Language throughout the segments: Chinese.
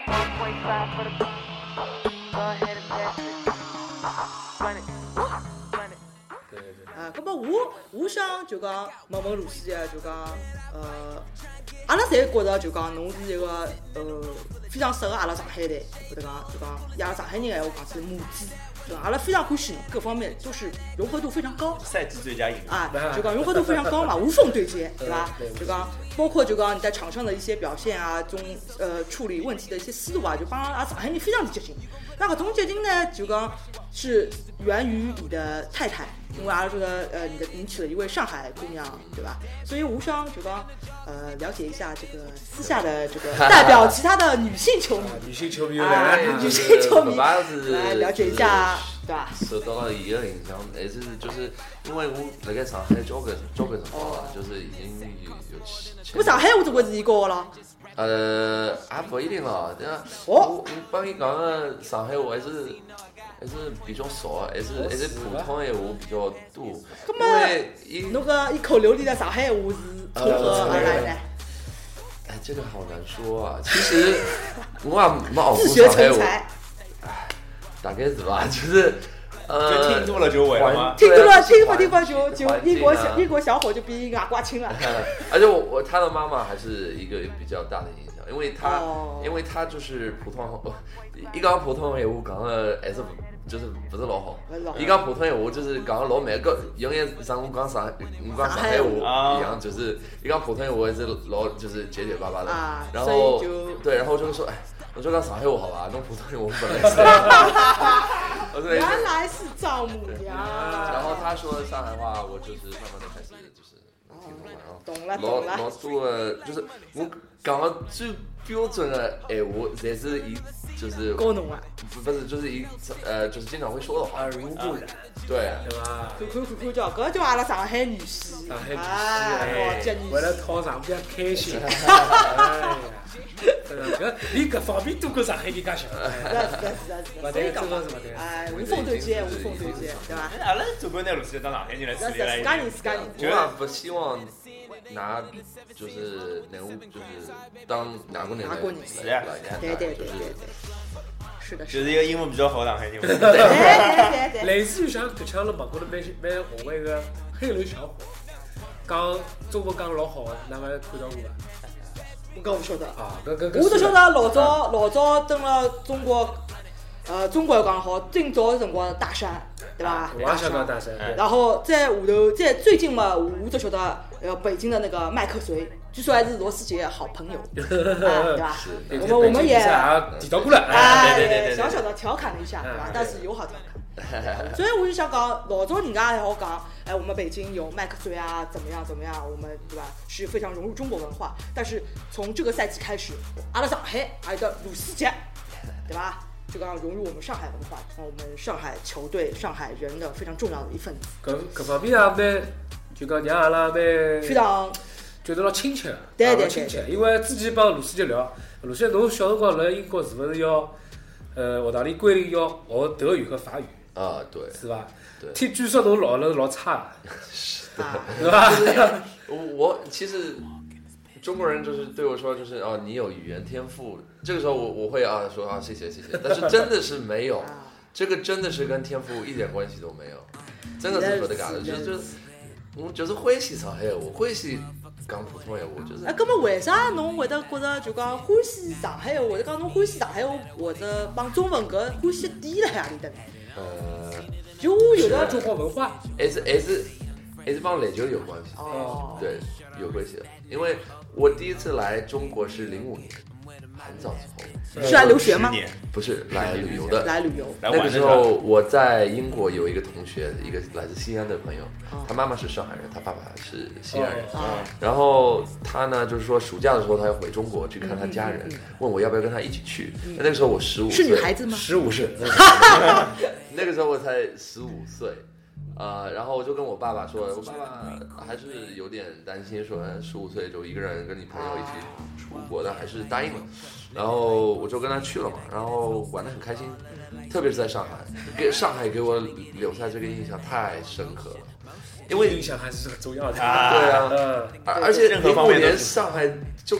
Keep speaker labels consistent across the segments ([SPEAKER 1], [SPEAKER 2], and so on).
[SPEAKER 1] 45 for the beat. Go ahead and dash it. Run it. Run it.
[SPEAKER 2] 对对对，
[SPEAKER 3] 啊，葛末我我想就讲问问露西姐，就讲呃，阿拉侪觉着就讲侬是一个呃非常适合阿拉上海的，或者讲就讲以阿拉上海人来话讲是母鸡，就讲阿拉非常欢喜侬，各方面都是融合度非常高。
[SPEAKER 4] 赛季最佳引
[SPEAKER 3] 啊
[SPEAKER 2] 哎，
[SPEAKER 3] 就讲融合度非常高嘛， 无缝对接，嗯对吧
[SPEAKER 2] 对？对
[SPEAKER 3] 就讲包括就讲你在场上的一些表现啊，中呃处理问题的一些思路啊，就帮阿上海人非常的接近。那搿种接近呢，就讲是源于你的太太，因为阿拉这个呃，你的你娶了一位上海姑娘，对吧？所以无双就讲呃了解一下这个私下的这个代表其他的呃女性球迷，
[SPEAKER 2] 女性球迷又
[SPEAKER 3] 啊
[SPEAKER 2] 来了，
[SPEAKER 3] 女性球 迷
[SPEAKER 5] 搿把是
[SPEAKER 3] 来了解一下，对吧？
[SPEAKER 5] 受到了伊个影响，还是就是因为我辣盖上海交关交关辰光
[SPEAKER 3] 哦
[SPEAKER 5] 了，啊就是已经有有去。去
[SPEAKER 3] 我上海话总归是伊教的咯，
[SPEAKER 5] 呃，也不一定咯，但是
[SPEAKER 3] 哦
[SPEAKER 5] 我我帮伊讲个上海话还是还是比较少，还是还是普通闲话比较多，
[SPEAKER 3] 咁
[SPEAKER 5] 因
[SPEAKER 3] 么
[SPEAKER 5] 为伊
[SPEAKER 3] 侬搿一口流利的上海话是呃从何而来呢？
[SPEAKER 5] 哎，这个好难说啊。其实我也没
[SPEAKER 3] 自学
[SPEAKER 5] 学过上海
[SPEAKER 3] 成
[SPEAKER 5] 话，
[SPEAKER 3] 才，
[SPEAKER 5] 大概是吧，就是
[SPEAKER 4] 就
[SPEAKER 5] 呃
[SPEAKER 4] 听，多了就会了
[SPEAKER 5] 环
[SPEAKER 4] 吗？
[SPEAKER 3] 听多了
[SPEAKER 5] 对
[SPEAKER 3] 听不
[SPEAKER 5] 环
[SPEAKER 3] 听不
[SPEAKER 5] 境
[SPEAKER 3] 就
[SPEAKER 5] 啊
[SPEAKER 3] 就
[SPEAKER 5] 环境
[SPEAKER 3] 英国
[SPEAKER 5] 啊
[SPEAKER 3] 小英国小伙就比外挂轻了。
[SPEAKER 5] 呃而且我我他的妈妈还是一个比较大的影响，因为他、
[SPEAKER 3] 哦
[SPEAKER 5] 因为他就是普通 话，一讲普通闲话讲的还是不就是不是老好
[SPEAKER 3] 不是老好，
[SPEAKER 5] 一讲普通闲话就是讲的老慢，个有眼像我讲上我讲上海话一样，就是一讲普通闲话还是老就是结结巴巴的，
[SPEAKER 3] 啊
[SPEAKER 5] 然
[SPEAKER 3] 所
[SPEAKER 5] 后
[SPEAKER 3] 以就
[SPEAKER 5] 对，然后我就说哎，我就讲上海话好吧，弄普通闲话 本来是，我说没事
[SPEAKER 3] 原来是丈母
[SPEAKER 5] 然
[SPEAKER 3] 娘，
[SPEAKER 5] 后他说上海话，我就是慢慢的开始就是能听
[SPEAKER 3] 懂
[SPEAKER 5] 懂了，然后
[SPEAKER 3] 了
[SPEAKER 5] 老
[SPEAKER 3] 懂了
[SPEAKER 5] 哦老多的，就是我讲的最标准的闲话，侪是伊就是
[SPEAKER 3] 高侬啊！
[SPEAKER 5] 不不是就是伊呃就是经常会说的话，
[SPEAKER 2] 耳濡目染，
[SPEAKER 5] 对，
[SPEAKER 2] 对吧？
[SPEAKER 3] 看看看看叫，搿叫阿拉上海女婿，
[SPEAKER 2] 上海女婿
[SPEAKER 3] 哎，高级女
[SPEAKER 2] 为了
[SPEAKER 3] 婿，
[SPEAKER 2] 讨上海开心。哎呀，真的搿你搿方面多过上海人家强。
[SPEAKER 3] 是
[SPEAKER 5] 哎
[SPEAKER 3] 的是的是 的是的，所
[SPEAKER 2] 勿
[SPEAKER 3] 以
[SPEAKER 2] 对，
[SPEAKER 3] 讲嘛
[SPEAKER 2] 真的是勿对。
[SPEAKER 3] 哎，无缝对接，无缝对接，对吧？
[SPEAKER 4] 阿拉总归拿鲁西当上海人来处
[SPEAKER 3] 是
[SPEAKER 4] 理了
[SPEAKER 3] 的，自
[SPEAKER 4] 已经
[SPEAKER 3] 家人自家人，
[SPEAKER 5] 我也啊不希望拿就是拿我就是当哪个人
[SPEAKER 3] 外
[SPEAKER 5] 来
[SPEAKER 3] 国人
[SPEAKER 5] 来来看
[SPEAKER 3] 对
[SPEAKER 5] 待，
[SPEAKER 3] 对
[SPEAKER 5] 就
[SPEAKER 3] 对
[SPEAKER 5] 是
[SPEAKER 3] 对对，是的，
[SPEAKER 4] 就是
[SPEAKER 3] 的，
[SPEAKER 4] 是一个英文比较好的上海人嘛。
[SPEAKER 3] 哎对 对对，
[SPEAKER 2] 类似于像搿腔了网高头蛮蛮红个一个黑人小伙，讲中文讲老好个，哪能看到过伐？
[SPEAKER 3] 我搿勿晓得。
[SPEAKER 2] 啊，搿搿搿
[SPEAKER 3] 我只晓
[SPEAKER 2] 算
[SPEAKER 3] 得
[SPEAKER 2] 了
[SPEAKER 3] 老
[SPEAKER 2] 啊
[SPEAKER 3] 早老早登了中国，呃，中国要讲好，最早的辰光是大山，对吧？
[SPEAKER 2] 我也想到大山，对
[SPEAKER 3] 然后在下头，在最近嘛，我我只晓得呃北京的那个麦克隋，据说还是罗斯杰的好 朋友，哎对吧？
[SPEAKER 2] 对
[SPEAKER 3] 我
[SPEAKER 2] 对
[SPEAKER 3] 们我们也
[SPEAKER 2] 北京比赛啊也提到过了，
[SPEAKER 3] 哎，
[SPEAKER 4] 对对对对对
[SPEAKER 3] 小小的调侃了一下，对吧
[SPEAKER 2] 嗯？
[SPEAKER 3] 但是友好调 侃。所以我就想讲，老早人家还好讲，哎，我们北京有麦克隋啊，怎么样怎么样，我们对吧是非常融入中国文化。但是从这个赛季开始，阿拉上海还有一个哎鲁斯杰，对吧？就讲融入我们上海文化，成为我们上海球队、上海人的非常重要的一份子，
[SPEAKER 2] 搿搿方面也蛮，就讲让阿拉蛮
[SPEAKER 3] 非常
[SPEAKER 2] 觉得老亲切的，
[SPEAKER 3] 对对
[SPEAKER 2] 老亲切。因为之前帮鲁书记聊，鲁书记侬小辰光辣英国是勿是要，呃，学堂里规定要学德语和法语，
[SPEAKER 5] 啊对，
[SPEAKER 2] 是伐？
[SPEAKER 5] 对
[SPEAKER 2] 听据说侬老了老差的，
[SPEAKER 3] 啊，
[SPEAKER 2] 是伐？
[SPEAKER 5] 我我其实中国人就是对我说就是哦，你有语言天赋，这个时候我我会啊说啊谢谢谢 谢，但是真的是没有，
[SPEAKER 3] 啊
[SPEAKER 5] 这个真的是跟天赋一点关系都没有，真的是不得嘎的，就是就是我就是欢喜上海话，欢喜讲普通闲话，就是
[SPEAKER 3] 哎，葛么为啥侬会得觉着就讲欢喜上海话，或者讲侬欢喜上海话，或者帮中文搿欢喜点辣何里搭呢？
[SPEAKER 5] 呃
[SPEAKER 3] 就我有
[SPEAKER 2] 中
[SPEAKER 3] 的
[SPEAKER 2] 国文化，
[SPEAKER 5] 还是还是还是帮篮球有关系，
[SPEAKER 3] 哦，
[SPEAKER 5] 对，有关系的，因为我第一次来中国是零五年，很早之后，
[SPEAKER 3] 是来留学吗
[SPEAKER 4] 十？年
[SPEAKER 5] 不是来旅游的，
[SPEAKER 3] 来旅游，
[SPEAKER 4] 来
[SPEAKER 5] 那
[SPEAKER 4] 玩
[SPEAKER 5] 个
[SPEAKER 4] 的
[SPEAKER 5] 时
[SPEAKER 4] 时候，
[SPEAKER 5] 候我在英国有一个同学，一个来自西安的朋友，
[SPEAKER 3] 哦
[SPEAKER 5] 他妈妈是上海人，他爸爸是西安人。
[SPEAKER 4] 哦
[SPEAKER 3] 啊
[SPEAKER 5] 然后他呢，就是说暑假的时候他要回中国去
[SPEAKER 3] 嗯
[SPEAKER 5] 看他家人，问我要不要跟他一起去。那那个时候我十五，
[SPEAKER 3] 是女孩子吗
[SPEAKER 5] 十五是，那个时候我才十五岁。呃，然后我就跟我爸爸说，我爸爸还是有点担心，说哎十五岁就一个人跟你朋友一起出国，但还是答应了。然后我就跟他去了嘛，然后玩得很开心，特别是在上海，给上海给我留下这个印象太深刻了，因为
[SPEAKER 2] 印象还是很重要的。
[SPEAKER 4] 啊
[SPEAKER 5] 对啊
[SPEAKER 2] 嗯，
[SPEAKER 5] 而而且
[SPEAKER 4] 任何
[SPEAKER 5] 零
[SPEAKER 4] 方
[SPEAKER 5] 五
[SPEAKER 4] 面都
[SPEAKER 5] 年
[SPEAKER 4] 是
[SPEAKER 5] 上海就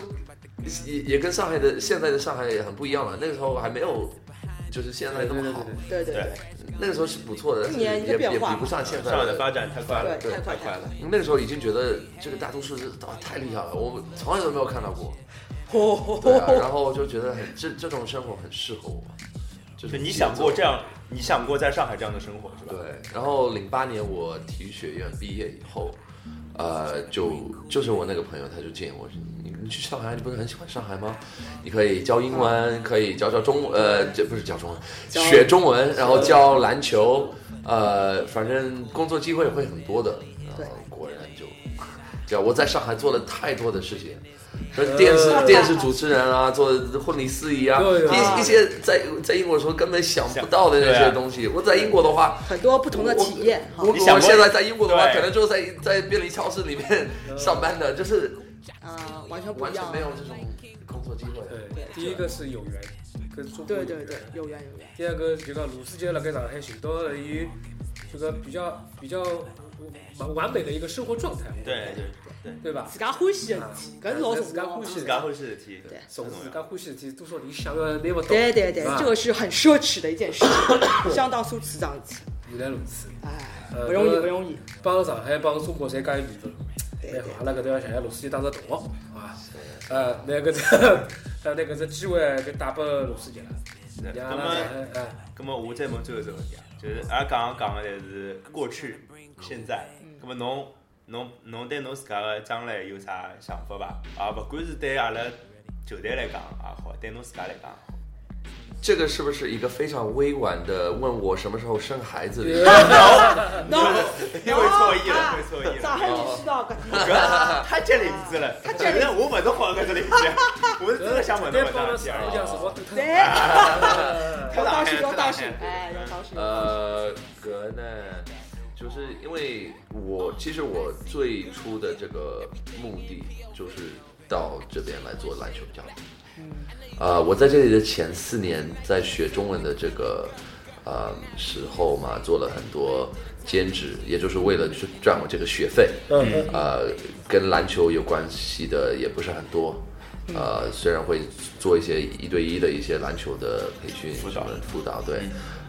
[SPEAKER 5] 也也跟上海的现在的上海也很不一样了。那个时候还没有，就是现在那么好，
[SPEAKER 3] 对对对，
[SPEAKER 5] 那个时候是不错的，
[SPEAKER 3] 一
[SPEAKER 5] 但是
[SPEAKER 3] 年
[SPEAKER 5] 也
[SPEAKER 3] 一个
[SPEAKER 5] 也
[SPEAKER 3] 变
[SPEAKER 5] 比
[SPEAKER 3] 化
[SPEAKER 5] 不上现在
[SPEAKER 4] 上海的发展太快了，
[SPEAKER 3] 对太快
[SPEAKER 4] 太快了。
[SPEAKER 5] 那个时候已经觉得这个大都市哇太厉害了，我从来都没有看到过。对啊，
[SPEAKER 3] 哦
[SPEAKER 5] 然后我就觉得很这这种生活很适合我，就是
[SPEAKER 4] 就你想过这
[SPEAKER 5] 样。
[SPEAKER 4] 样，你想过在上海这样的生活是吧？
[SPEAKER 5] 对，然后零八年我体育学院毕业以后，呃，就就是我那个朋友他就建议我，你你去上海，你不是很喜欢上海吗？你可以教英文，可以教教中呃，这不是教中文，学中文，然后教篮球，呃，反正工作机会会很多的。然后果然就，这样我在上海做了太多的事情。电视电视主持人啊，做婚礼司仪啊，
[SPEAKER 2] 对
[SPEAKER 5] 一一些在在英国的时候根本想不到的那
[SPEAKER 4] 对
[SPEAKER 5] 些
[SPEAKER 4] 啊
[SPEAKER 5] 东西。我在英国的话，
[SPEAKER 3] 很多不同的体验哈
[SPEAKER 5] 啊我。我
[SPEAKER 4] 你想
[SPEAKER 5] 我
[SPEAKER 4] 过
[SPEAKER 5] 现在在英国的话，
[SPEAKER 4] 对
[SPEAKER 5] 可能就是在在便利超市里面上班的，就是
[SPEAKER 3] 啊，完全不
[SPEAKER 5] 完
[SPEAKER 3] 一
[SPEAKER 5] 全
[SPEAKER 3] 样
[SPEAKER 5] 没。有这种工作机会。
[SPEAKER 2] 对，第一个是有缘，跟中国有
[SPEAKER 3] 对啊
[SPEAKER 2] 缘。
[SPEAKER 3] 对对，有缘有缘。
[SPEAKER 5] 啊
[SPEAKER 2] 第二个就讲卢思杰辣盖上海寻到了伊就讲比较比较完完美的一个生活状态，
[SPEAKER 4] 对对，
[SPEAKER 2] 对吧？啊
[SPEAKER 3] 自家欢喜的事体，搿是老重
[SPEAKER 2] 自家
[SPEAKER 3] 要
[SPEAKER 2] 欢
[SPEAKER 3] 的。
[SPEAKER 2] 喜
[SPEAKER 4] 自家欢喜的事体，
[SPEAKER 3] 对
[SPEAKER 2] 总
[SPEAKER 4] 嗯
[SPEAKER 2] 是自家欢喜事体，多少你想个拿勿到。
[SPEAKER 3] 对对对
[SPEAKER 5] 啊
[SPEAKER 2] 是吧，
[SPEAKER 3] 这个是很奢侈的一件事 情，相当奢侈这样子。
[SPEAKER 2] 原来如此，
[SPEAKER 3] 哎，
[SPEAKER 2] 呃
[SPEAKER 3] 不容易
[SPEAKER 2] 这个
[SPEAKER 3] 不容易。
[SPEAKER 2] 帮上海帮中国侪加油米粉。
[SPEAKER 3] 对对
[SPEAKER 2] 蛮好，阿拉搿搭要谢谢卢书记当只同学，好伐？呃，拿搿只， 呃，拿搿只机会搿带拨卢书记了，
[SPEAKER 4] 对
[SPEAKER 2] 让
[SPEAKER 4] 那
[SPEAKER 2] 阿拉上
[SPEAKER 4] 么。
[SPEAKER 2] 海，哎，
[SPEAKER 4] 咁么我再问最后一个问题啊，就是阿拉刚刚讲个侪是过去、现在，咁么侬侬侬对侬自家个将来有啥想法伐？啊，勿管是对阿拉球队来讲也好，对侬自家来讲也好，
[SPEAKER 5] 这个是不是一个非常委婉的问我什么时候生孩子的一个？呃
[SPEAKER 3] 那
[SPEAKER 4] 因为错
[SPEAKER 3] 哦
[SPEAKER 4] 意了，因为错意
[SPEAKER 3] 上
[SPEAKER 4] 了。
[SPEAKER 3] 海意识 到搿点，
[SPEAKER 4] 他接领子了，他接了，我勿是好搿 只领子，我是真的想问侬
[SPEAKER 2] 再
[SPEAKER 4] 搿
[SPEAKER 2] 帮
[SPEAKER 4] 桩
[SPEAKER 2] 了
[SPEAKER 4] 事体
[SPEAKER 2] 上
[SPEAKER 4] 而
[SPEAKER 2] 海讲辰光对
[SPEAKER 3] 对，
[SPEAKER 2] 脱，
[SPEAKER 3] 要
[SPEAKER 4] 他
[SPEAKER 3] 当心
[SPEAKER 4] 他
[SPEAKER 3] 要
[SPEAKER 4] 打
[SPEAKER 3] 当
[SPEAKER 4] 黑
[SPEAKER 3] 心，哎，要当心。
[SPEAKER 5] 呃，格呢，就是因为我其实我最初的这个目的就是到这边来做篮球教练。呃，我在这里的前四年在学中文的这个呃时候嘛，做了很多兼职，也就是为了去赚我这个学费。
[SPEAKER 2] 嗯，
[SPEAKER 5] 呃，跟篮球有关系的也不是很多。呃，虽然会做一些一对一的一些篮球的培训
[SPEAKER 4] 辅
[SPEAKER 5] 什
[SPEAKER 4] 导嗯
[SPEAKER 5] 么辅导，对，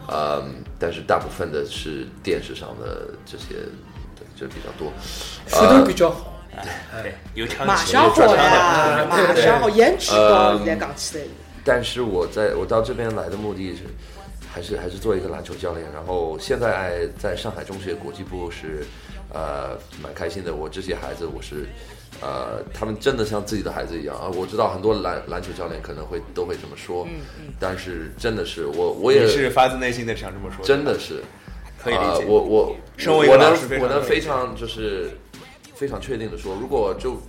[SPEAKER 5] 呃，但是大部分的是电视上的这些，对，这比较多。
[SPEAKER 2] 水头比较好，
[SPEAKER 3] 哎
[SPEAKER 4] 对，有枪
[SPEAKER 3] 马上火呀，马上火，颜值高，
[SPEAKER 5] 嗯
[SPEAKER 3] 现在讲起来。
[SPEAKER 5] 但是我在我到这边来的目的是，还是还是做一个篮球教练。然后现在在上海中学国际部是，呃，蛮开心的。我这些孩子，我是，呃，他们真的像自己的孩子一样啊。我知道很多篮篮球教练可能会都会这么说，但是真的是我我也
[SPEAKER 4] 也是发自内心的想这么说，
[SPEAKER 5] 真的是
[SPEAKER 4] 可以理
[SPEAKER 5] 呃
[SPEAKER 4] 解。
[SPEAKER 5] 我我
[SPEAKER 4] 身为一个
[SPEAKER 5] 我
[SPEAKER 4] 老
[SPEAKER 5] 能
[SPEAKER 4] 师非常
[SPEAKER 5] 我能
[SPEAKER 4] 可以
[SPEAKER 5] 非常就是非常确定的说，如果就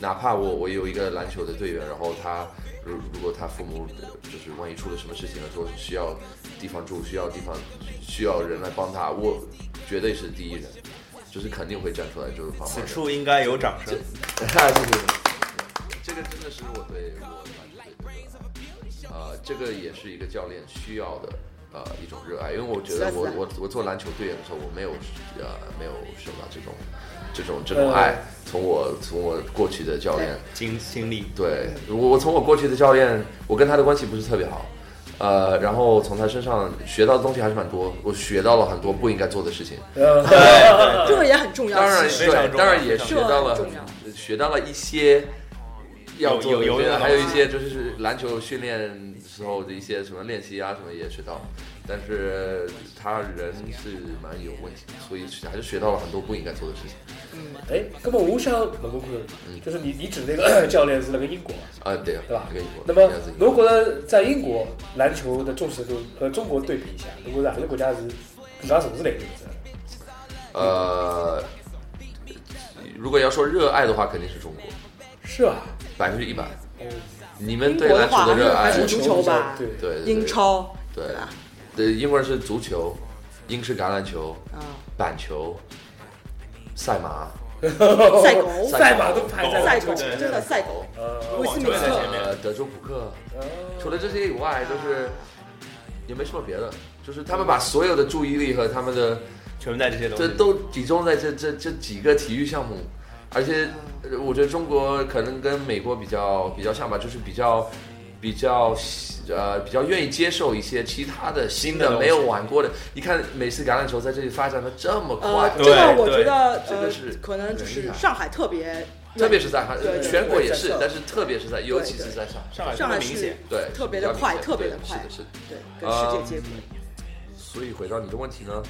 [SPEAKER 5] 哪怕我我有一个篮球的队员，然后他如如果他父母呃就是万一出了什么事情了，说需要地方住，需要地方需要人来帮他，我绝对是第一人，就是肯定会站出来就是帮忙
[SPEAKER 4] 此
[SPEAKER 5] 的。
[SPEAKER 4] 处应该有掌声。
[SPEAKER 5] 啊， 谢谢你们。这个真的是我对我篮球队的，呃，这个也是一个教练需要的，呃，一种热爱。因为我觉得
[SPEAKER 3] 是啊
[SPEAKER 5] 我
[SPEAKER 3] 是啊
[SPEAKER 5] 我我做篮球队员的时候，我没有呃没有受到这种这种这种
[SPEAKER 3] 呃
[SPEAKER 5] 爱，从我从我过去的教练，
[SPEAKER 4] 经经历，
[SPEAKER 5] 对我我从我过去的教练，我跟他的关系不是特别好。呃，然后从他身上学到的东西还是蛮多，我学到了很多不应该做的事情。
[SPEAKER 2] 呃
[SPEAKER 4] 对
[SPEAKER 3] 这个也很重要。
[SPEAKER 5] 当然
[SPEAKER 3] 其实
[SPEAKER 4] 非常
[SPEAKER 5] 对，
[SPEAKER 4] 重要
[SPEAKER 5] 当然也
[SPEAKER 4] 非常
[SPEAKER 5] 学
[SPEAKER 3] 重要
[SPEAKER 5] 到了
[SPEAKER 3] 这个很重
[SPEAKER 5] 很学到了一些要做
[SPEAKER 4] 有
[SPEAKER 5] 的
[SPEAKER 4] 有有
[SPEAKER 5] 这个
[SPEAKER 4] 用的
[SPEAKER 5] 还有一些就是篮球训练时候的一些什么练习啊什么也学到了，但是他人是蛮有问题的，所以还是学到了很多不应该做的事情。
[SPEAKER 2] 哎，那么我想问问看，就是你你指那个教练是那个英国，
[SPEAKER 5] 啊，对啊，
[SPEAKER 2] 对吧
[SPEAKER 5] 一个英？
[SPEAKER 2] 那
[SPEAKER 5] 国，
[SPEAKER 2] 么
[SPEAKER 5] 一个是英国
[SPEAKER 2] 如果呢，在英国篮球的重视度和中国对比一下，如果是哪个国家是更加重视篮球？
[SPEAKER 5] 呃，如果要说热爱的话，肯定是中国，
[SPEAKER 2] 是吧？
[SPEAKER 5] 百分之一百。
[SPEAKER 2] 嗯
[SPEAKER 5] 你们
[SPEAKER 3] 英国
[SPEAKER 5] 对篮
[SPEAKER 3] 的
[SPEAKER 5] 球
[SPEAKER 3] 话，
[SPEAKER 5] 的热爱
[SPEAKER 3] 还，是足球吧，
[SPEAKER 2] 对，
[SPEAKER 5] 对对对
[SPEAKER 3] 英超，
[SPEAKER 5] 对
[SPEAKER 3] 对吧？
[SPEAKER 5] 对，英国人是足球，英式橄榄球，
[SPEAKER 3] 啊，
[SPEAKER 5] 板球、赛马、
[SPEAKER 3] 赛狗，
[SPEAKER 2] 赛马都排在
[SPEAKER 3] 赛
[SPEAKER 2] 中
[SPEAKER 3] 狗，
[SPEAKER 2] 间
[SPEAKER 3] 真的赛狗，
[SPEAKER 2] 呃，
[SPEAKER 3] 威斯敏斯
[SPEAKER 4] 在前
[SPEAKER 3] 特，
[SPEAKER 4] 面
[SPEAKER 5] 呃德州扑克，
[SPEAKER 2] 呃
[SPEAKER 5] 除了这些以外，就是也没什么别的，就是他们把所有的注意力和他们的
[SPEAKER 4] 全部在这些东
[SPEAKER 5] 这
[SPEAKER 4] 西。
[SPEAKER 5] 都集中在这这这几个体育项目，而且呃我觉得中国可能跟美国比较比较像吧，就是比较比较呃比较愿意接受一些其他的新
[SPEAKER 4] 新的
[SPEAKER 5] 的
[SPEAKER 4] 东西
[SPEAKER 5] 没有玩过的。你看美式橄榄球在这里发展的这么
[SPEAKER 3] 呃
[SPEAKER 5] 快，，
[SPEAKER 3] 这个我觉
[SPEAKER 4] 对
[SPEAKER 3] 得
[SPEAKER 5] 这个
[SPEAKER 3] 呃
[SPEAKER 5] 是，
[SPEAKER 3] 可能就是
[SPEAKER 5] 厉害
[SPEAKER 3] 上海特别，
[SPEAKER 5] 特别是在韩
[SPEAKER 3] 对对，对
[SPEAKER 5] 全国也是
[SPEAKER 3] 对，
[SPEAKER 5] 但是特别是在，尤其是在上海，
[SPEAKER 4] 上海这
[SPEAKER 3] 上
[SPEAKER 4] 么
[SPEAKER 3] 海
[SPEAKER 4] 明
[SPEAKER 3] 是
[SPEAKER 4] 显，
[SPEAKER 5] 对，
[SPEAKER 3] 特别的
[SPEAKER 5] 比较
[SPEAKER 3] 快
[SPEAKER 5] 明显
[SPEAKER 3] 特别的
[SPEAKER 5] 对
[SPEAKER 3] 快
[SPEAKER 5] 是的，是的。
[SPEAKER 3] 对跟世界接轨。
[SPEAKER 5] 嗯所以回到你的问题呢，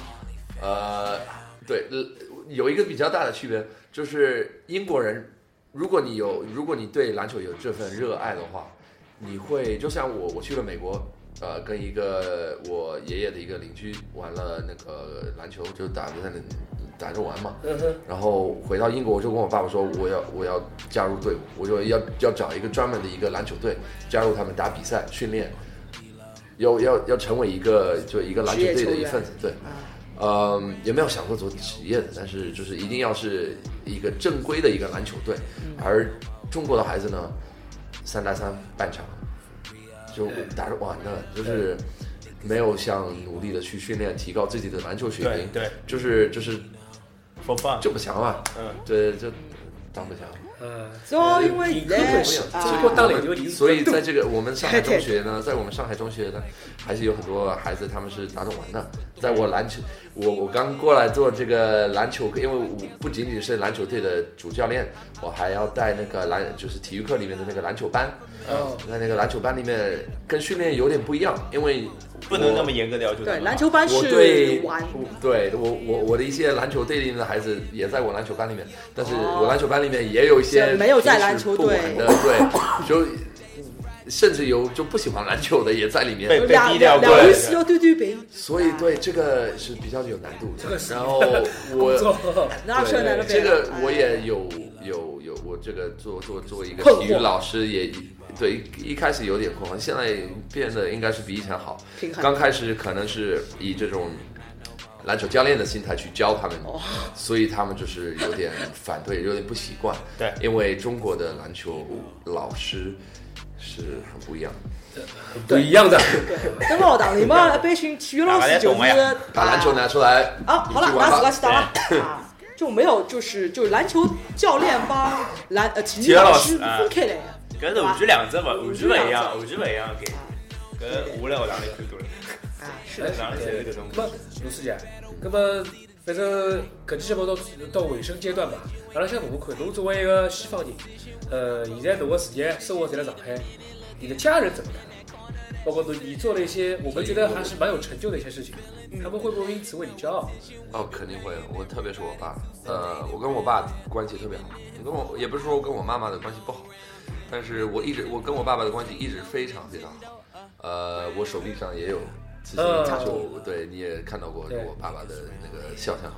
[SPEAKER 5] 呃，对，呃有一个比较大的区别就是英国人，如果你有，如果你对篮球有这份热爱的话，你会就像我，我去了美国，呃，跟一个我爷爷的一个邻居玩了那个篮球，就打着在那打着玩嘛。
[SPEAKER 2] 嗯哼，
[SPEAKER 5] 然后回到英国，我就跟我爸爸说，我要我要加入队伍，我就要要找一个专门的一个篮球队，加入他们打比赛训练，要要要成为一个就一个篮球队的一份子，对，嗯，也没有想过做职业的，但是就是一定要是一个正规的一个篮球队，而中国的孩子呢，三打三半场就打着玩的，就是没有想努力的去训练提高自己的篮球水
[SPEAKER 4] 对
[SPEAKER 5] 平，
[SPEAKER 4] 对，
[SPEAKER 5] 就是就是
[SPEAKER 4] 放放，
[SPEAKER 5] 就不强了。
[SPEAKER 4] 嗯，呃
[SPEAKER 5] 对，就当不了。
[SPEAKER 2] 嗯，
[SPEAKER 3] 主要哦因为
[SPEAKER 2] 你
[SPEAKER 3] 现
[SPEAKER 2] 根
[SPEAKER 3] 在
[SPEAKER 2] 本
[SPEAKER 3] 是
[SPEAKER 2] 是
[SPEAKER 3] 啊
[SPEAKER 2] 中国打篮球，你是
[SPEAKER 5] 所以在这个我们上海中学呢，在我们上海中学呢，还是有很多孩子他们是打着玩的。在我篮球，我我刚过来做这个篮球，因为我不仅仅是篮球队的主教练，我还要带那个篮，就是体育课里面的那个篮球班。
[SPEAKER 2] 哦，
[SPEAKER 5] 在那个篮球班里面，跟训练有点不一样，因为
[SPEAKER 4] 不能
[SPEAKER 5] 我
[SPEAKER 4] 那么严格的要求他
[SPEAKER 3] 对，
[SPEAKER 4] 们
[SPEAKER 3] 篮球班
[SPEAKER 5] 我对
[SPEAKER 3] 是玩，
[SPEAKER 5] 对我我我的一些篮球队里面的孩子也在我篮球班里面，但是
[SPEAKER 3] 哦
[SPEAKER 5] 我篮球班里面也有一些
[SPEAKER 3] 是没有在篮球队
[SPEAKER 5] 平时不玩的，对，就甚至有就不喜欢篮球的也在里面，
[SPEAKER 4] 被被
[SPEAKER 3] 两
[SPEAKER 4] 低调
[SPEAKER 3] 两
[SPEAKER 4] 过
[SPEAKER 3] 两
[SPEAKER 4] 来
[SPEAKER 3] 个
[SPEAKER 4] 的，
[SPEAKER 3] 石头丢丢平，
[SPEAKER 5] 所以对这个是比较有难度
[SPEAKER 2] 这
[SPEAKER 5] 的
[SPEAKER 2] 个。是
[SPEAKER 5] 然 后
[SPEAKER 2] 做
[SPEAKER 5] 我
[SPEAKER 3] 那哎是来了
[SPEAKER 5] 对这个我也有有有，我这个做做做一个体育老师也对一开始有点困惑，现在变得应该是比以前好。
[SPEAKER 3] 平衡
[SPEAKER 5] 刚开始可能是以这种篮球教练的心态去教他们，
[SPEAKER 3] 哦
[SPEAKER 5] 所以他们就是有点反对，有点不习惯。
[SPEAKER 4] 对
[SPEAKER 5] 因为中国的篮球老师是很不一样的，
[SPEAKER 2] 不一样的，
[SPEAKER 3] 对，跟老堂里 嘛，一般性体育老师就是
[SPEAKER 5] 把篮球
[SPEAKER 3] 啊
[SPEAKER 5] 拿出来，
[SPEAKER 3] 啊，
[SPEAKER 5] 你
[SPEAKER 3] 好了
[SPEAKER 5] 去，玩
[SPEAKER 3] 拉
[SPEAKER 5] 吧
[SPEAKER 3] 屎拉去打了 啊，就没有就是就是篮球教练帮篮呃体
[SPEAKER 4] 体
[SPEAKER 3] 育
[SPEAKER 4] 育老
[SPEAKER 3] 老
[SPEAKER 4] 师
[SPEAKER 3] 师分开来的，
[SPEAKER 5] 啊
[SPEAKER 4] 搿是完全两只勿完全勿一样，
[SPEAKER 3] 完
[SPEAKER 4] 完全勿一样的概念。搿我来学堂里看多了，
[SPEAKER 3] 啊是
[SPEAKER 2] 哎
[SPEAKER 3] 的，
[SPEAKER 4] 学堂里侪是搿种
[SPEAKER 2] 那么卢书记，那么反正搿期节目到到尾声阶段嘛，阿拉想问问看，侬作为一个西方人，呃，现在侬个事业生活在了上海，你的家人怎么看？包括你做了一些我们觉得还是蛮有成就的一些事情，他们会不会因此为你骄傲？
[SPEAKER 5] 哦，肯定会。我特别是我爸，呃，我跟我爸关系特别好。我跟我也不是说我跟我妈妈的关系不好，但是我一直我跟我爸爸的关系一直非常非常好。呃，我手臂上也有刺青，
[SPEAKER 2] 嗯
[SPEAKER 5] 就对你也看到过
[SPEAKER 2] 对
[SPEAKER 5] 我爸爸的那个肖像。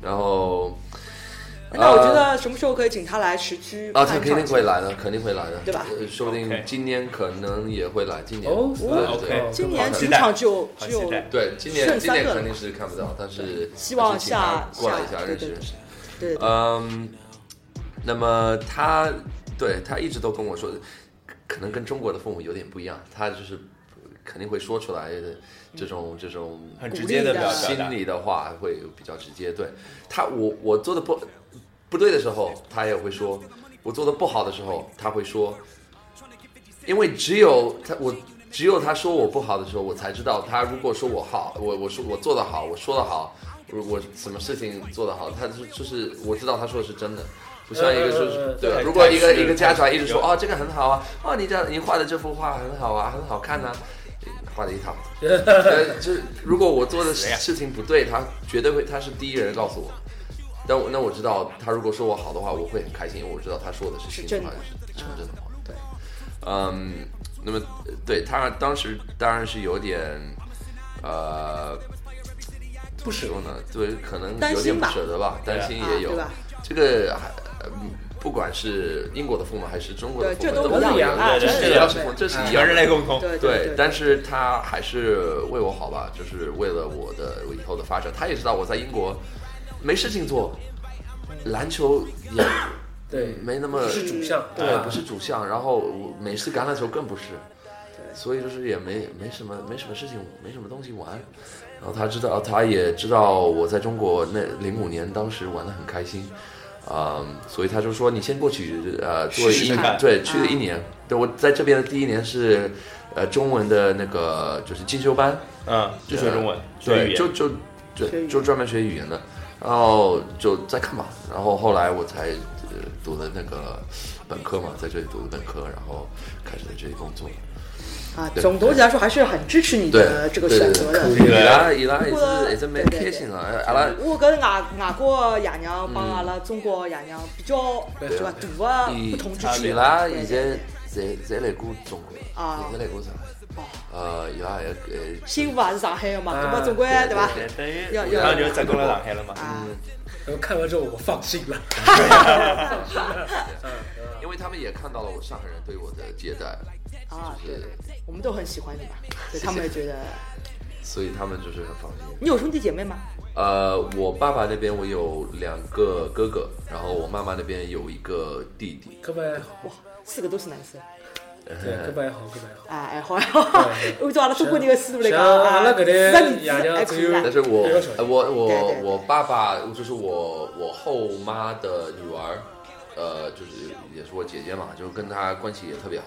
[SPEAKER 5] 然后，
[SPEAKER 3] 那我觉
[SPEAKER 5] 呃
[SPEAKER 3] 得什么时候可以请他来时区
[SPEAKER 5] 啊，
[SPEAKER 3] 看一
[SPEAKER 5] 他肯
[SPEAKER 3] 场
[SPEAKER 5] 定会来的，肯定会来的，
[SPEAKER 3] 对吧
[SPEAKER 5] 呃说不定
[SPEAKER 4] OK
[SPEAKER 5] 今年可能也会来，今年
[SPEAKER 2] 哦
[SPEAKER 5] 对
[SPEAKER 2] 哦
[SPEAKER 5] 对对
[SPEAKER 2] OK
[SPEAKER 3] 今年
[SPEAKER 5] 好
[SPEAKER 3] 主
[SPEAKER 4] 期待
[SPEAKER 3] 场只有
[SPEAKER 4] 好
[SPEAKER 3] 只有
[SPEAKER 4] 期待
[SPEAKER 5] 对，今年
[SPEAKER 3] 剩
[SPEAKER 5] 今
[SPEAKER 3] 三
[SPEAKER 5] 年
[SPEAKER 3] 个了
[SPEAKER 5] 肯定是看不到，但是
[SPEAKER 3] 希望
[SPEAKER 5] 还是请他
[SPEAKER 3] 下
[SPEAKER 5] 过来一
[SPEAKER 3] 下对
[SPEAKER 5] 下认识
[SPEAKER 3] 对
[SPEAKER 5] 认识。
[SPEAKER 3] 对对
[SPEAKER 5] 嗯，那么他对他一直都跟我说，可能跟中国的父母有点不一样，他就是肯定会说出来的这种这种
[SPEAKER 4] 很直接的表
[SPEAKER 3] 鼓
[SPEAKER 4] 表
[SPEAKER 5] 心
[SPEAKER 4] 达。
[SPEAKER 5] 里的话会比较直接。对他，我我做的不不对的时候，他也会说；我做的不好的时候，他会说。因为只有他，我只有他说我不好的时候，我才知道他如果说我好，我我说我做的好，我说的好，我我什么事情做得好，他就就是我知道他说的是真的。不像一个说
[SPEAKER 2] 呃呃呃
[SPEAKER 5] 是对吧
[SPEAKER 4] 对，
[SPEAKER 5] 如果一个
[SPEAKER 4] 太
[SPEAKER 5] 一个家长一直说
[SPEAKER 4] 有
[SPEAKER 5] 哦这个很好啊，哦你这你画的这幅画很好啊，很好看呐、画的一塌糊 涂。呃，就是如果我做的
[SPEAKER 4] 谁呀
[SPEAKER 5] 事情不对，他绝对会，他是第一人告诉我。但我那我知道，他如果说我好的话，我会很开心，因为我知道他说的是
[SPEAKER 3] 是
[SPEAKER 5] 心
[SPEAKER 3] 真
[SPEAKER 5] 里
[SPEAKER 3] 的
[SPEAKER 5] 话，是成真的话。对，嗯，那么呃对他当时当然是有点，呃，
[SPEAKER 2] 不舍
[SPEAKER 5] 怎么说呢？对，可能
[SPEAKER 3] 担
[SPEAKER 5] 有
[SPEAKER 3] 心
[SPEAKER 5] 点不
[SPEAKER 3] 吧
[SPEAKER 5] 舍得吧，担心
[SPEAKER 3] 啊
[SPEAKER 5] 也有
[SPEAKER 3] 对吧。
[SPEAKER 5] 这个还嗯不管是英国的父母还是中国的
[SPEAKER 3] 对，
[SPEAKER 5] 父
[SPEAKER 3] 这
[SPEAKER 5] 母，
[SPEAKER 3] 都
[SPEAKER 5] 不
[SPEAKER 2] 一
[SPEAKER 5] 一
[SPEAKER 2] 样
[SPEAKER 5] 样
[SPEAKER 3] 啊，
[SPEAKER 5] 的，
[SPEAKER 3] 这
[SPEAKER 4] 对对
[SPEAKER 3] 是
[SPEAKER 4] 对
[SPEAKER 5] 这也
[SPEAKER 3] 一
[SPEAKER 5] 要
[SPEAKER 3] 样
[SPEAKER 5] 是
[SPEAKER 3] 的
[SPEAKER 5] 这是一样
[SPEAKER 4] 全
[SPEAKER 5] 的
[SPEAKER 4] 人类共同，
[SPEAKER 3] 对
[SPEAKER 5] 对，
[SPEAKER 3] 对，
[SPEAKER 5] 但是他还是为我好吧，就是为了我的以后的发展。他也知道我在英国没事情做，篮球也
[SPEAKER 2] 对，
[SPEAKER 5] 没那么
[SPEAKER 2] 不是主啊项，
[SPEAKER 5] 对，
[SPEAKER 2] 吧
[SPEAKER 5] 不是主项。然后我美式橄榄球更不是，所以就是也没没什么没什么事情，没什么东西玩。然后他知道，他也知道我在中国那零五年当时玩的很开心，啊、所以他就说你先过去呃做
[SPEAKER 4] 试
[SPEAKER 5] 一
[SPEAKER 4] 试看
[SPEAKER 5] 对去了一年，对我在这边的第一年是呃中文的那个就是进修班，
[SPEAKER 4] 嗯，就学中文，学语
[SPEAKER 5] 对，
[SPEAKER 4] 言
[SPEAKER 5] 就就
[SPEAKER 3] 学语
[SPEAKER 5] 对，
[SPEAKER 3] 言
[SPEAKER 5] 就专门学语言的，然后就再看吧。然后后来我才呃读了那个本科嘛，在这里读的本科，然后开始在这里工作。
[SPEAKER 3] 啊，
[SPEAKER 5] 对
[SPEAKER 3] 总总体来说还是很支持你
[SPEAKER 5] 对
[SPEAKER 3] 的，这个
[SPEAKER 5] 对
[SPEAKER 3] 选
[SPEAKER 5] 对
[SPEAKER 3] 择的。
[SPEAKER 5] 对伊拉伊拉
[SPEAKER 3] 如
[SPEAKER 5] 也
[SPEAKER 3] 果
[SPEAKER 5] 是也是蛮
[SPEAKER 3] 对对
[SPEAKER 5] 贴心的，阿拉
[SPEAKER 3] 我跟外外国爷娘帮阿
[SPEAKER 5] 嗯
[SPEAKER 3] 拉中国爷娘比较
[SPEAKER 2] 对
[SPEAKER 3] 对伐？大的不同之处。
[SPEAKER 5] 啊伊拉
[SPEAKER 3] 对
[SPEAKER 5] 现
[SPEAKER 3] 对
[SPEAKER 5] 在侪侪来过中国，
[SPEAKER 3] 啊
[SPEAKER 5] 也是来过上海，呃，伊拉也呃也
[SPEAKER 3] 新屋也是上海的嘛，
[SPEAKER 2] 啊
[SPEAKER 3] 那么总归
[SPEAKER 5] 对
[SPEAKER 3] 对伐？
[SPEAKER 5] 对
[SPEAKER 4] 等于
[SPEAKER 3] 要要
[SPEAKER 4] 然后就再过来上海了嘛。
[SPEAKER 3] 啊，
[SPEAKER 2] 然后 看完之后我放心了。
[SPEAKER 5] 因为他们也看到了我上海人对我的接待，
[SPEAKER 3] 啊，
[SPEAKER 5] 就
[SPEAKER 3] 对
[SPEAKER 5] 是
[SPEAKER 3] 的，我们都很喜欢你嘛，所以他们也觉得。
[SPEAKER 5] 所以他们就是很放心。
[SPEAKER 3] 你有兄弟姐妹吗？
[SPEAKER 5] 呃，我爸爸那边我有两个哥哥，然后我妈妈那边有一个弟弟。
[SPEAKER 2] 搿么还好，
[SPEAKER 3] 哇，四个都是男生，
[SPEAKER 2] 对，搿么还好，搿么还好。
[SPEAKER 3] 啊，还好还好
[SPEAKER 2] 对。 对
[SPEAKER 3] 按照阿拉中国人的思路来讲，
[SPEAKER 2] 像像
[SPEAKER 3] 啊
[SPEAKER 2] 阿拉
[SPEAKER 3] 四
[SPEAKER 2] 搿代
[SPEAKER 3] 个儿子
[SPEAKER 2] 爷娘
[SPEAKER 3] 还哎
[SPEAKER 2] 只
[SPEAKER 3] 可以
[SPEAKER 2] 有
[SPEAKER 5] 但
[SPEAKER 3] 的。
[SPEAKER 5] 是我
[SPEAKER 2] 比较小
[SPEAKER 5] 呃我
[SPEAKER 3] 对
[SPEAKER 5] 我
[SPEAKER 3] 对对
[SPEAKER 5] 我爸爸就是我我后妈的女儿，呃，就是也是我姐姐嘛，就跟她关系也特别好，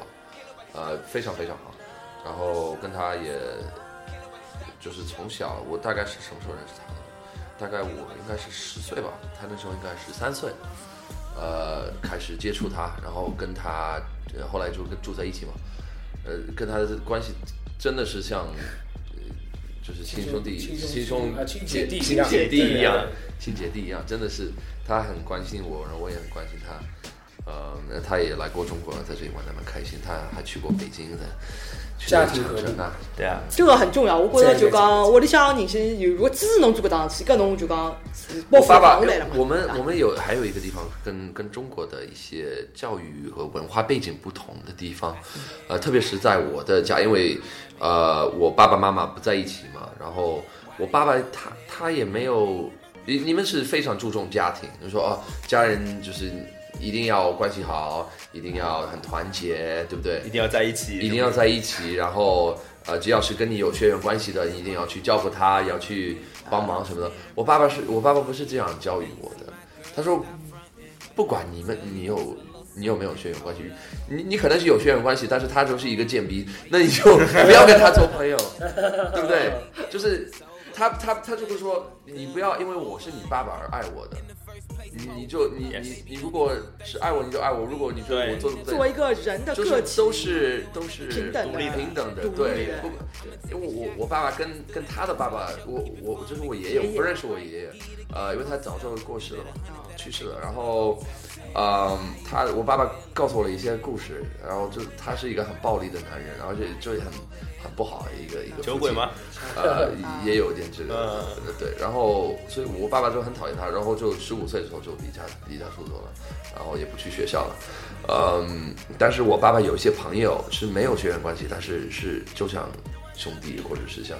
[SPEAKER 5] 呃，非常非常好。然后跟她也，就是从小我大概是什么时候认识她的？大概我应该是十岁吧，她那时候应该是三岁，呃，开始接触她，然后跟她呃后来就跟住在一起嘛，呃，跟她的关系真的是像。呃就是亲兄弟、
[SPEAKER 2] 亲兄
[SPEAKER 5] 亲兄
[SPEAKER 2] 啊亲姐弟一
[SPEAKER 5] 亲
[SPEAKER 2] 样
[SPEAKER 5] 姐弟一
[SPEAKER 2] 对
[SPEAKER 5] 样
[SPEAKER 2] 对对，
[SPEAKER 5] 亲姐弟一样，真的是他很关心我，然后我也很关心他。呃，那他也来过中国，在这里玩的蛮开心。他还去过北京的，去
[SPEAKER 2] 家
[SPEAKER 5] 了
[SPEAKER 2] 庭
[SPEAKER 5] 长
[SPEAKER 2] 和睦
[SPEAKER 5] 城啊，
[SPEAKER 4] 对啊，
[SPEAKER 3] 这个很重要，我觉着就
[SPEAKER 2] 对对对
[SPEAKER 3] 讲，屋里向人心有如果支持侬做搿桩事体，搿侬就讲是包
[SPEAKER 5] 我
[SPEAKER 3] 袱
[SPEAKER 5] 爸爸
[SPEAKER 3] 扛下来了嘛。
[SPEAKER 5] 我们
[SPEAKER 3] 对吧
[SPEAKER 5] 我们有还有一个地方跟跟中国的一些教育和文化背景不同的地方，
[SPEAKER 3] 嗯
[SPEAKER 5] 呃，特别是在我的家，因为呃我爸爸妈妈不在一起嘛，然后我爸爸他他也没有，你你们是非常注重家庭，就说哦家人就是一定要关系好，一定要很团结，对不对？
[SPEAKER 4] 一定要在一起，
[SPEAKER 5] 一定要在一起，然后呃，只要是跟你有血缘关系的，你一定要去照顾他，也要去帮忙什么的。我爸爸是我爸爸不是这样教育我的，他说不管你们你有。你有没有血缘关系？你你可能是有血缘关系，但是他就是一个贱逼，那你就不要跟他做朋友， 对不对？就是他他他就是说，你不要因为我是你爸爸而爱我的，你你就你你你如果是爱我你就爱我，如果你觉得我
[SPEAKER 4] 对
[SPEAKER 5] 做的不对，
[SPEAKER 3] 作为一个人的
[SPEAKER 5] 就是
[SPEAKER 3] 个体，
[SPEAKER 5] 都是都是
[SPEAKER 3] 平等的
[SPEAKER 5] 独立平等的
[SPEAKER 3] 独，立
[SPEAKER 5] 对
[SPEAKER 3] 的，
[SPEAKER 5] 不，因为我我爸爸跟跟他的爸爸，我我就是我爷爷，我不认识我爷爷，呃，因为他早就过世了嘛，去世了，然后，嗯，他我爸爸告诉我了一些故事，然后就他是一个很暴力的男人，而且就很很不好的一个一个
[SPEAKER 4] 酒鬼吗？
[SPEAKER 5] 呃，也有一点这个
[SPEAKER 4] 嗯，
[SPEAKER 5] 对。然后，所以我爸爸就很讨厌他，然后就十五岁的时候就离家离家出走了，然后也不去学校了。嗯，但是我爸爸有一些朋友是没有血缘关系，但是是就像兄弟，或者是像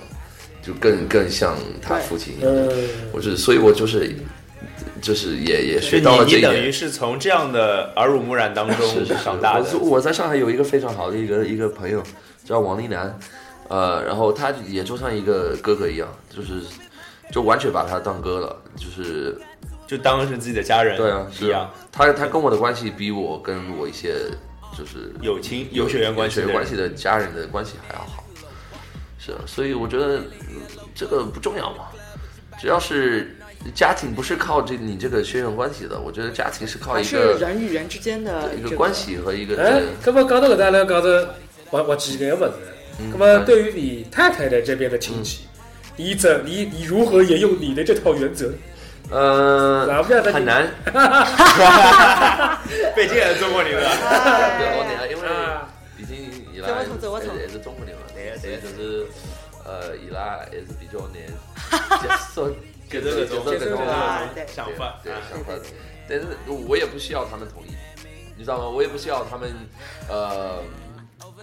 [SPEAKER 5] 就更更像他父亲一样的。
[SPEAKER 2] 嗯，
[SPEAKER 5] 我是，所以我就是就是也也
[SPEAKER 4] 就是
[SPEAKER 5] 学到了
[SPEAKER 4] 你
[SPEAKER 5] 这一
[SPEAKER 4] 你等
[SPEAKER 5] 点
[SPEAKER 4] 于。是从这样的耳濡目染当
[SPEAKER 5] 是
[SPEAKER 4] 中
[SPEAKER 5] 是
[SPEAKER 4] 长大
[SPEAKER 5] 我
[SPEAKER 4] 的
[SPEAKER 5] 是，我在上海有一个非常好的一个一个朋友，叫王丽楠，呃，然后他也就像一个哥哥一样，就是就完全把他当哥了，就是
[SPEAKER 4] 就当是自己的家人，
[SPEAKER 5] 对啊，
[SPEAKER 4] 哎一
[SPEAKER 5] 是
[SPEAKER 4] 样
[SPEAKER 5] 啊，他他跟我的关系比我跟我一些就是
[SPEAKER 4] 有亲有血缘关系
[SPEAKER 5] 有
[SPEAKER 4] 的人，
[SPEAKER 5] 血缘关系的家人的关系还要好，是啊，所以我觉得嗯这个不重要嘛，只要是。家庭不是靠这你这个血缘关系的，我觉得家庭是靠
[SPEAKER 3] 还
[SPEAKER 5] 一
[SPEAKER 3] 是
[SPEAKER 5] 个
[SPEAKER 3] 人与人之间的
[SPEAKER 5] 一
[SPEAKER 3] 这
[SPEAKER 5] 个关。系和一个
[SPEAKER 2] 哎，搿么讲到搿搭，阿拉讲着滑滑稽搿个物事。搿么啊对于你太太的这边的亲戚，你怎你你如何沿用你的这套原则？
[SPEAKER 5] 呃
[SPEAKER 2] 咱们要在
[SPEAKER 5] 很难，
[SPEAKER 4] 被这个中国人了，
[SPEAKER 5] 对，我
[SPEAKER 3] 哎
[SPEAKER 5] 等下因为
[SPEAKER 2] 啊
[SPEAKER 5] 已经伊拉
[SPEAKER 3] 走我走我走
[SPEAKER 5] 也是中国人嘛，
[SPEAKER 4] 哎对
[SPEAKER 5] 所以就是呃伊拉还是比较难 接受
[SPEAKER 4] 接受搿种
[SPEAKER 5] 接受搿
[SPEAKER 2] 接受搿
[SPEAKER 5] 种
[SPEAKER 2] 种
[SPEAKER 3] 对
[SPEAKER 4] 想
[SPEAKER 5] 对
[SPEAKER 4] 法，
[SPEAKER 5] 对
[SPEAKER 4] 啊
[SPEAKER 5] 想法，但是我也不需要他们同意，你知道吗？我也不需要他们呃。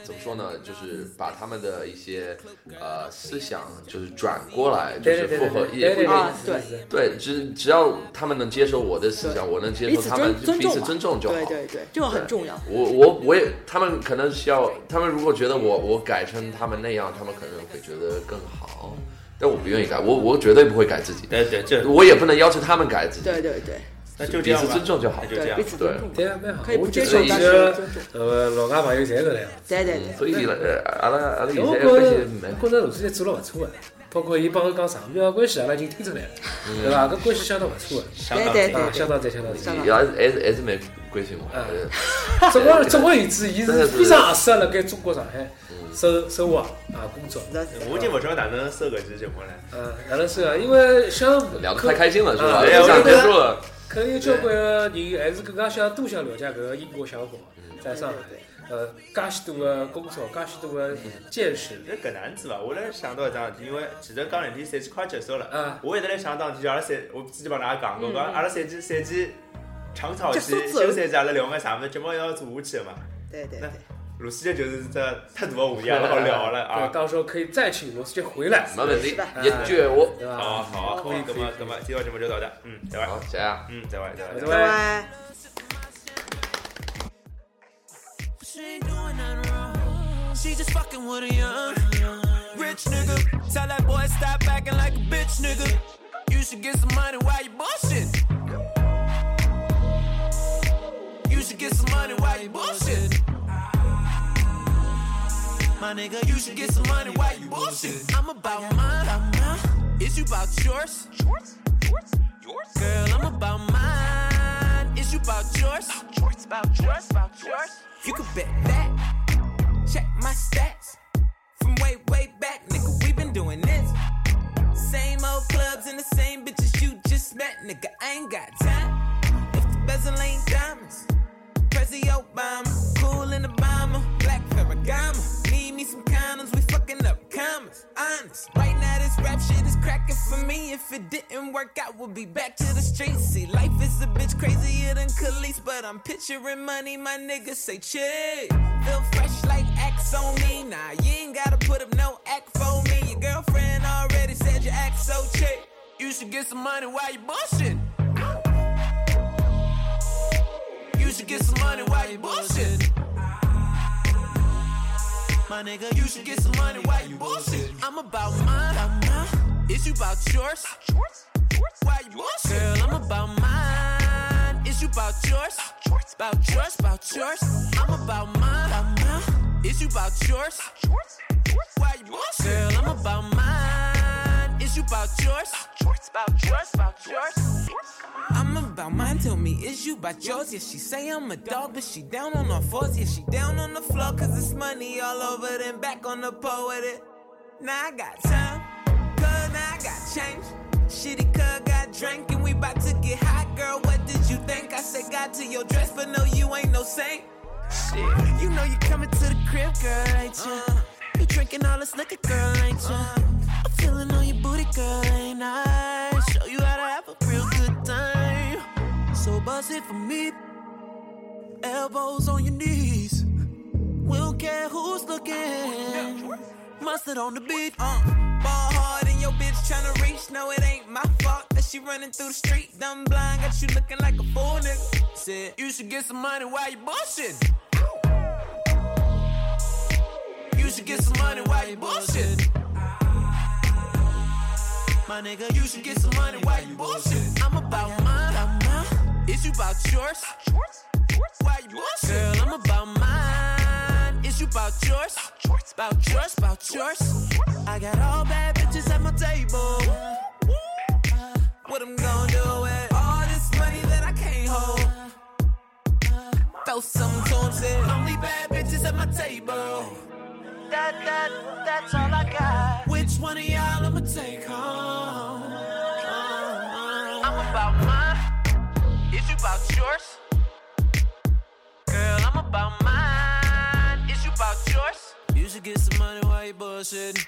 [SPEAKER 5] 怎么说呢？就是把他们的一些呃思想，就是转过来，就
[SPEAKER 2] 对
[SPEAKER 5] 是
[SPEAKER 2] 对对
[SPEAKER 5] 复合，
[SPEAKER 2] 对对
[SPEAKER 5] 也不
[SPEAKER 2] 对
[SPEAKER 5] 一定
[SPEAKER 3] 啊
[SPEAKER 2] 对对对
[SPEAKER 5] 对，只只要他们能接受我的思想，我能接
[SPEAKER 3] 彼
[SPEAKER 5] 受
[SPEAKER 3] 此
[SPEAKER 5] 他们
[SPEAKER 3] 尊，尊
[SPEAKER 5] 彼
[SPEAKER 3] 重
[SPEAKER 5] 此
[SPEAKER 3] 嘛
[SPEAKER 5] 尊重就好。
[SPEAKER 3] 对对对，这个很重要。
[SPEAKER 5] 我我我也，他们可能需要，他们如果觉得我我改成他们那样，他们可能会觉得更
[SPEAKER 3] 嗯
[SPEAKER 5] 好，但我不愿意改，我我绝对不会改自己，
[SPEAKER 4] 对对，这
[SPEAKER 5] 我也不能要求他们改自己，
[SPEAKER 3] 对对对，
[SPEAKER 4] 那就这
[SPEAKER 5] 彼
[SPEAKER 4] 样
[SPEAKER 5] 此
[SPEAKER 4] 吧，
[SPEAKER 5] 尊重就好
[SPEAKER 4] 那。就这
[SPEAKER 3] 对
[SPEAKER 4] 样
[SPEAKER 3] 彼。此尊重嘛，
[SPEAKER 2] 对啊，蛮好
[SPEAKER 3] 可以。不
[SPEAKER 2] 我觉
[SPEAKER 3] 接受，
[SPEAKER 2] 得现
[SPEAKER 3] 但
[SPEAKER 2] 在
[SPEAKER 3] 是尊重。
[SPEAKER 2] 呃老家朋友侪搿能样。
[SPEAKER 3] 对对对，
[SPEAKER 5] 所以了，呃阿拉阿拉现
[SPEAKER 2] 我
[SPEAKER 5] 在
[SPEAKER 2] 觉
[SPEAKER 5] 关系
[SPEAKER 2] 着
[SPEAKER 5] 没
[SPEAKER 2] 我觉着卢主任做了勿错个，包括伊帮我讲上面个关系，阿拉已经听出来了，对伐？搿关系相当勿错
[SPEAKER 4] 香港
[SPEAKER 3] 对
[SPEAKER 2] 个，啊，相当赞，相当赞。
[SPEAKER 5] 也还是还是还是蛮关心我。
[SPEAKER 2] 嗯
[SPEAKER 5] 呃
[SPEAKER 2] 总而总而言之，伊是非常合适辣盖中国上海生生活啊工作。
[SPEAKER 3] 是的是的
[SPEAKER 4] 我已经不晓得哪能收搿期节目了。
[SPEAKER 2] 嗯，哪能说啊？因为想
[SPEAKER 5] 聊得太开心了，是
[SPEAKER 3] 嗯
[SPEAKER 5] 吧？
[SPEAKER 2] 啊
[SPEAKER 5] 就想结束了。
[SPEAKER 2] 可能有交关个人还是更加想多想了解搿个英国想法，
[SPEAKER 5] 嗯
[SPEAKER 2] 在上海，呃，介许多个工作，介许多
[SPEAKER 5] 嗯
[SPEAKER 2] 个见识，
[SPEAKER 4] 那搿能子伐？我来想到一桩事体，因为其实讲两天赛季快结束了，
[SPEAKER 2] 嗯
[SPEAKER 4] 我一直来想桩事体，就阿拉赛，我之前帮大家讲过，讲阿拉赛季赛季长草期
[SPEAKER 3] 结束之后
[SPEAKER 4] 休赛季，阿拉聊眼啥物事，节目要做下去的嘛。
[SPEAKER 3] 对对对
[SPEAKER 4] 那，鲁西杰就是这太大个话题，阿拉好聊了
[SPEAKER 2] 啊，
[SPEAKER 4] 啊。
[SPEAKER 2] 到时候可以再请罗斯杰回来，
[SPEAKER 5] 没问题
[SPEAKER 3] 是的，嗯
[SPEAKER 5] 一绝我。
[SPEAKER 2] 对伐？
[SPEAKER 4] 好啊好，
[SPEAKER 2] 可以
[SPEAKER 4] 搿
[SPEAKER 2] 可
[SPEAKER 4] 么
[SPEAKER 2] 以。
[SPEAKER 4] 搿么，今朝节目就到这，嗯，再会，
[SPEAKER 5] 好，谢谢啊。
[SPEAKER 4] 嗯，再会，再会
[SPEAKER 2] 拜。
[SPEAKER 3] 拜
[SPEAKER 2] 拜。
[SPEAKER 3] 拜。
[SPEAKER 6] She ain't doing nothing wrong. She just fucking with a young, rich nigga. Tell that boy stop acting like a bitch nigga. You should get some money while you bullshit. You should get some money while you bullshit. My nigga, you should get some money while you bullshit. I'm about mine. Is you about yours?
[SPEAKER 7] Shorts? Shorts? Yours?
[SPEAKER 6] Girl, I'm about mine. Is you about yours?
[SPEAKER 7] Shorts about yours? About yours?
[SPEAKER 6] You can bet that. Check my stats. From way, way back, nigga, we been doing this. Same old clubs and the same bitches you just met, nigga. I ain't got time. If the bezel ain't diamonds, Prezi Obama, cool in the bomber, black Ferragamo. Need me some condoms, we fucking up commas. Honest, right now this rap shit is cracking for me. If it didn't work out, we'll be back to the streets. See, life is a bitch crazier than Khalees, but I'm picturing money. My niggas say chill, feel fresh like X on me. Nah, you ain't gotta put up no act for me. Your girlfriend already said you act so chick. You should get some money while you bullshit. You should get some money while you bullshit. My nigga, you should get some money while you bullshit. I'm about mine. Is you about yours?
[SPEAKER 7] Shorts? Shorts?
[SPEAKER 6] Why you bullshit? Girl, I'm about mine. Is you about yours?
[SPEAKER 7] Shorts?
[SPEAKER 6] About yours, about yours. I'm about mine. Is you about yours?
[SPEAKER 7] Shorts? Shorts?
[SPEAKER 6] Why you bullshit? Girl, I'm about mine. Is you about yours?
[SPEAKER 7] Shorts about yours? About yours? Shorts?
[SPEAKER 6] I'm about mine, tell me, is you about yours? Yeah, she say I'm a dog, but she down on her fours. Yeah, she down on the floor, cause it's money all over, then back on the pole with it. Now I got time, cause now I got change. Shitty cuz got drank and we about to get hot, girl. What did you think? I said, got to your dress, but no, you ain't no saint. Shit, you know you coming to the crib, girl, ain't you? you drinking all this liquor, girl, ain't you? I'm feeling on your booty, girl, ain't I? Show you how to have a real good time. So buzz it for me, elbows on your knees. We don't care who's looking. Mustard on the beat. Uh, ball hard and your bitch tryna reach. No, it ain't my fault that she running through the street. Dumb blind, got you looking like a fool, nigga. Said, you should get some money while you bullshit. You should get some money while you bullshit. My nigga, you should get some money while you bullshit. I'm about mine. Is you about yours?
[SPEAKER 7] Shorts? Shorts?
[SPEAKER 6] Why you bullshit? Girl, I'm about mine. Is you about yours?
[SPEAKER 7] Shorts?
[SPEAKER 6] About yours, about yours. I got all bad bitches at my table. What I'm gonna do with all this money that I can't hold? Throw some to 'em, say, only bad bitches at my table.
[SPEAKER 7] That, that, that's all I got.
[SPEAKER 6] Which one of y'all I'ma take home? Uh,
[SPEAKER 7] I'm about mine. Is you about yours?
[SPEAKER 6] girl, I'm about mine.
[SPEAKER 7] Is you about yours?
[SPEAKER 6] You should get some money while you bullshitting.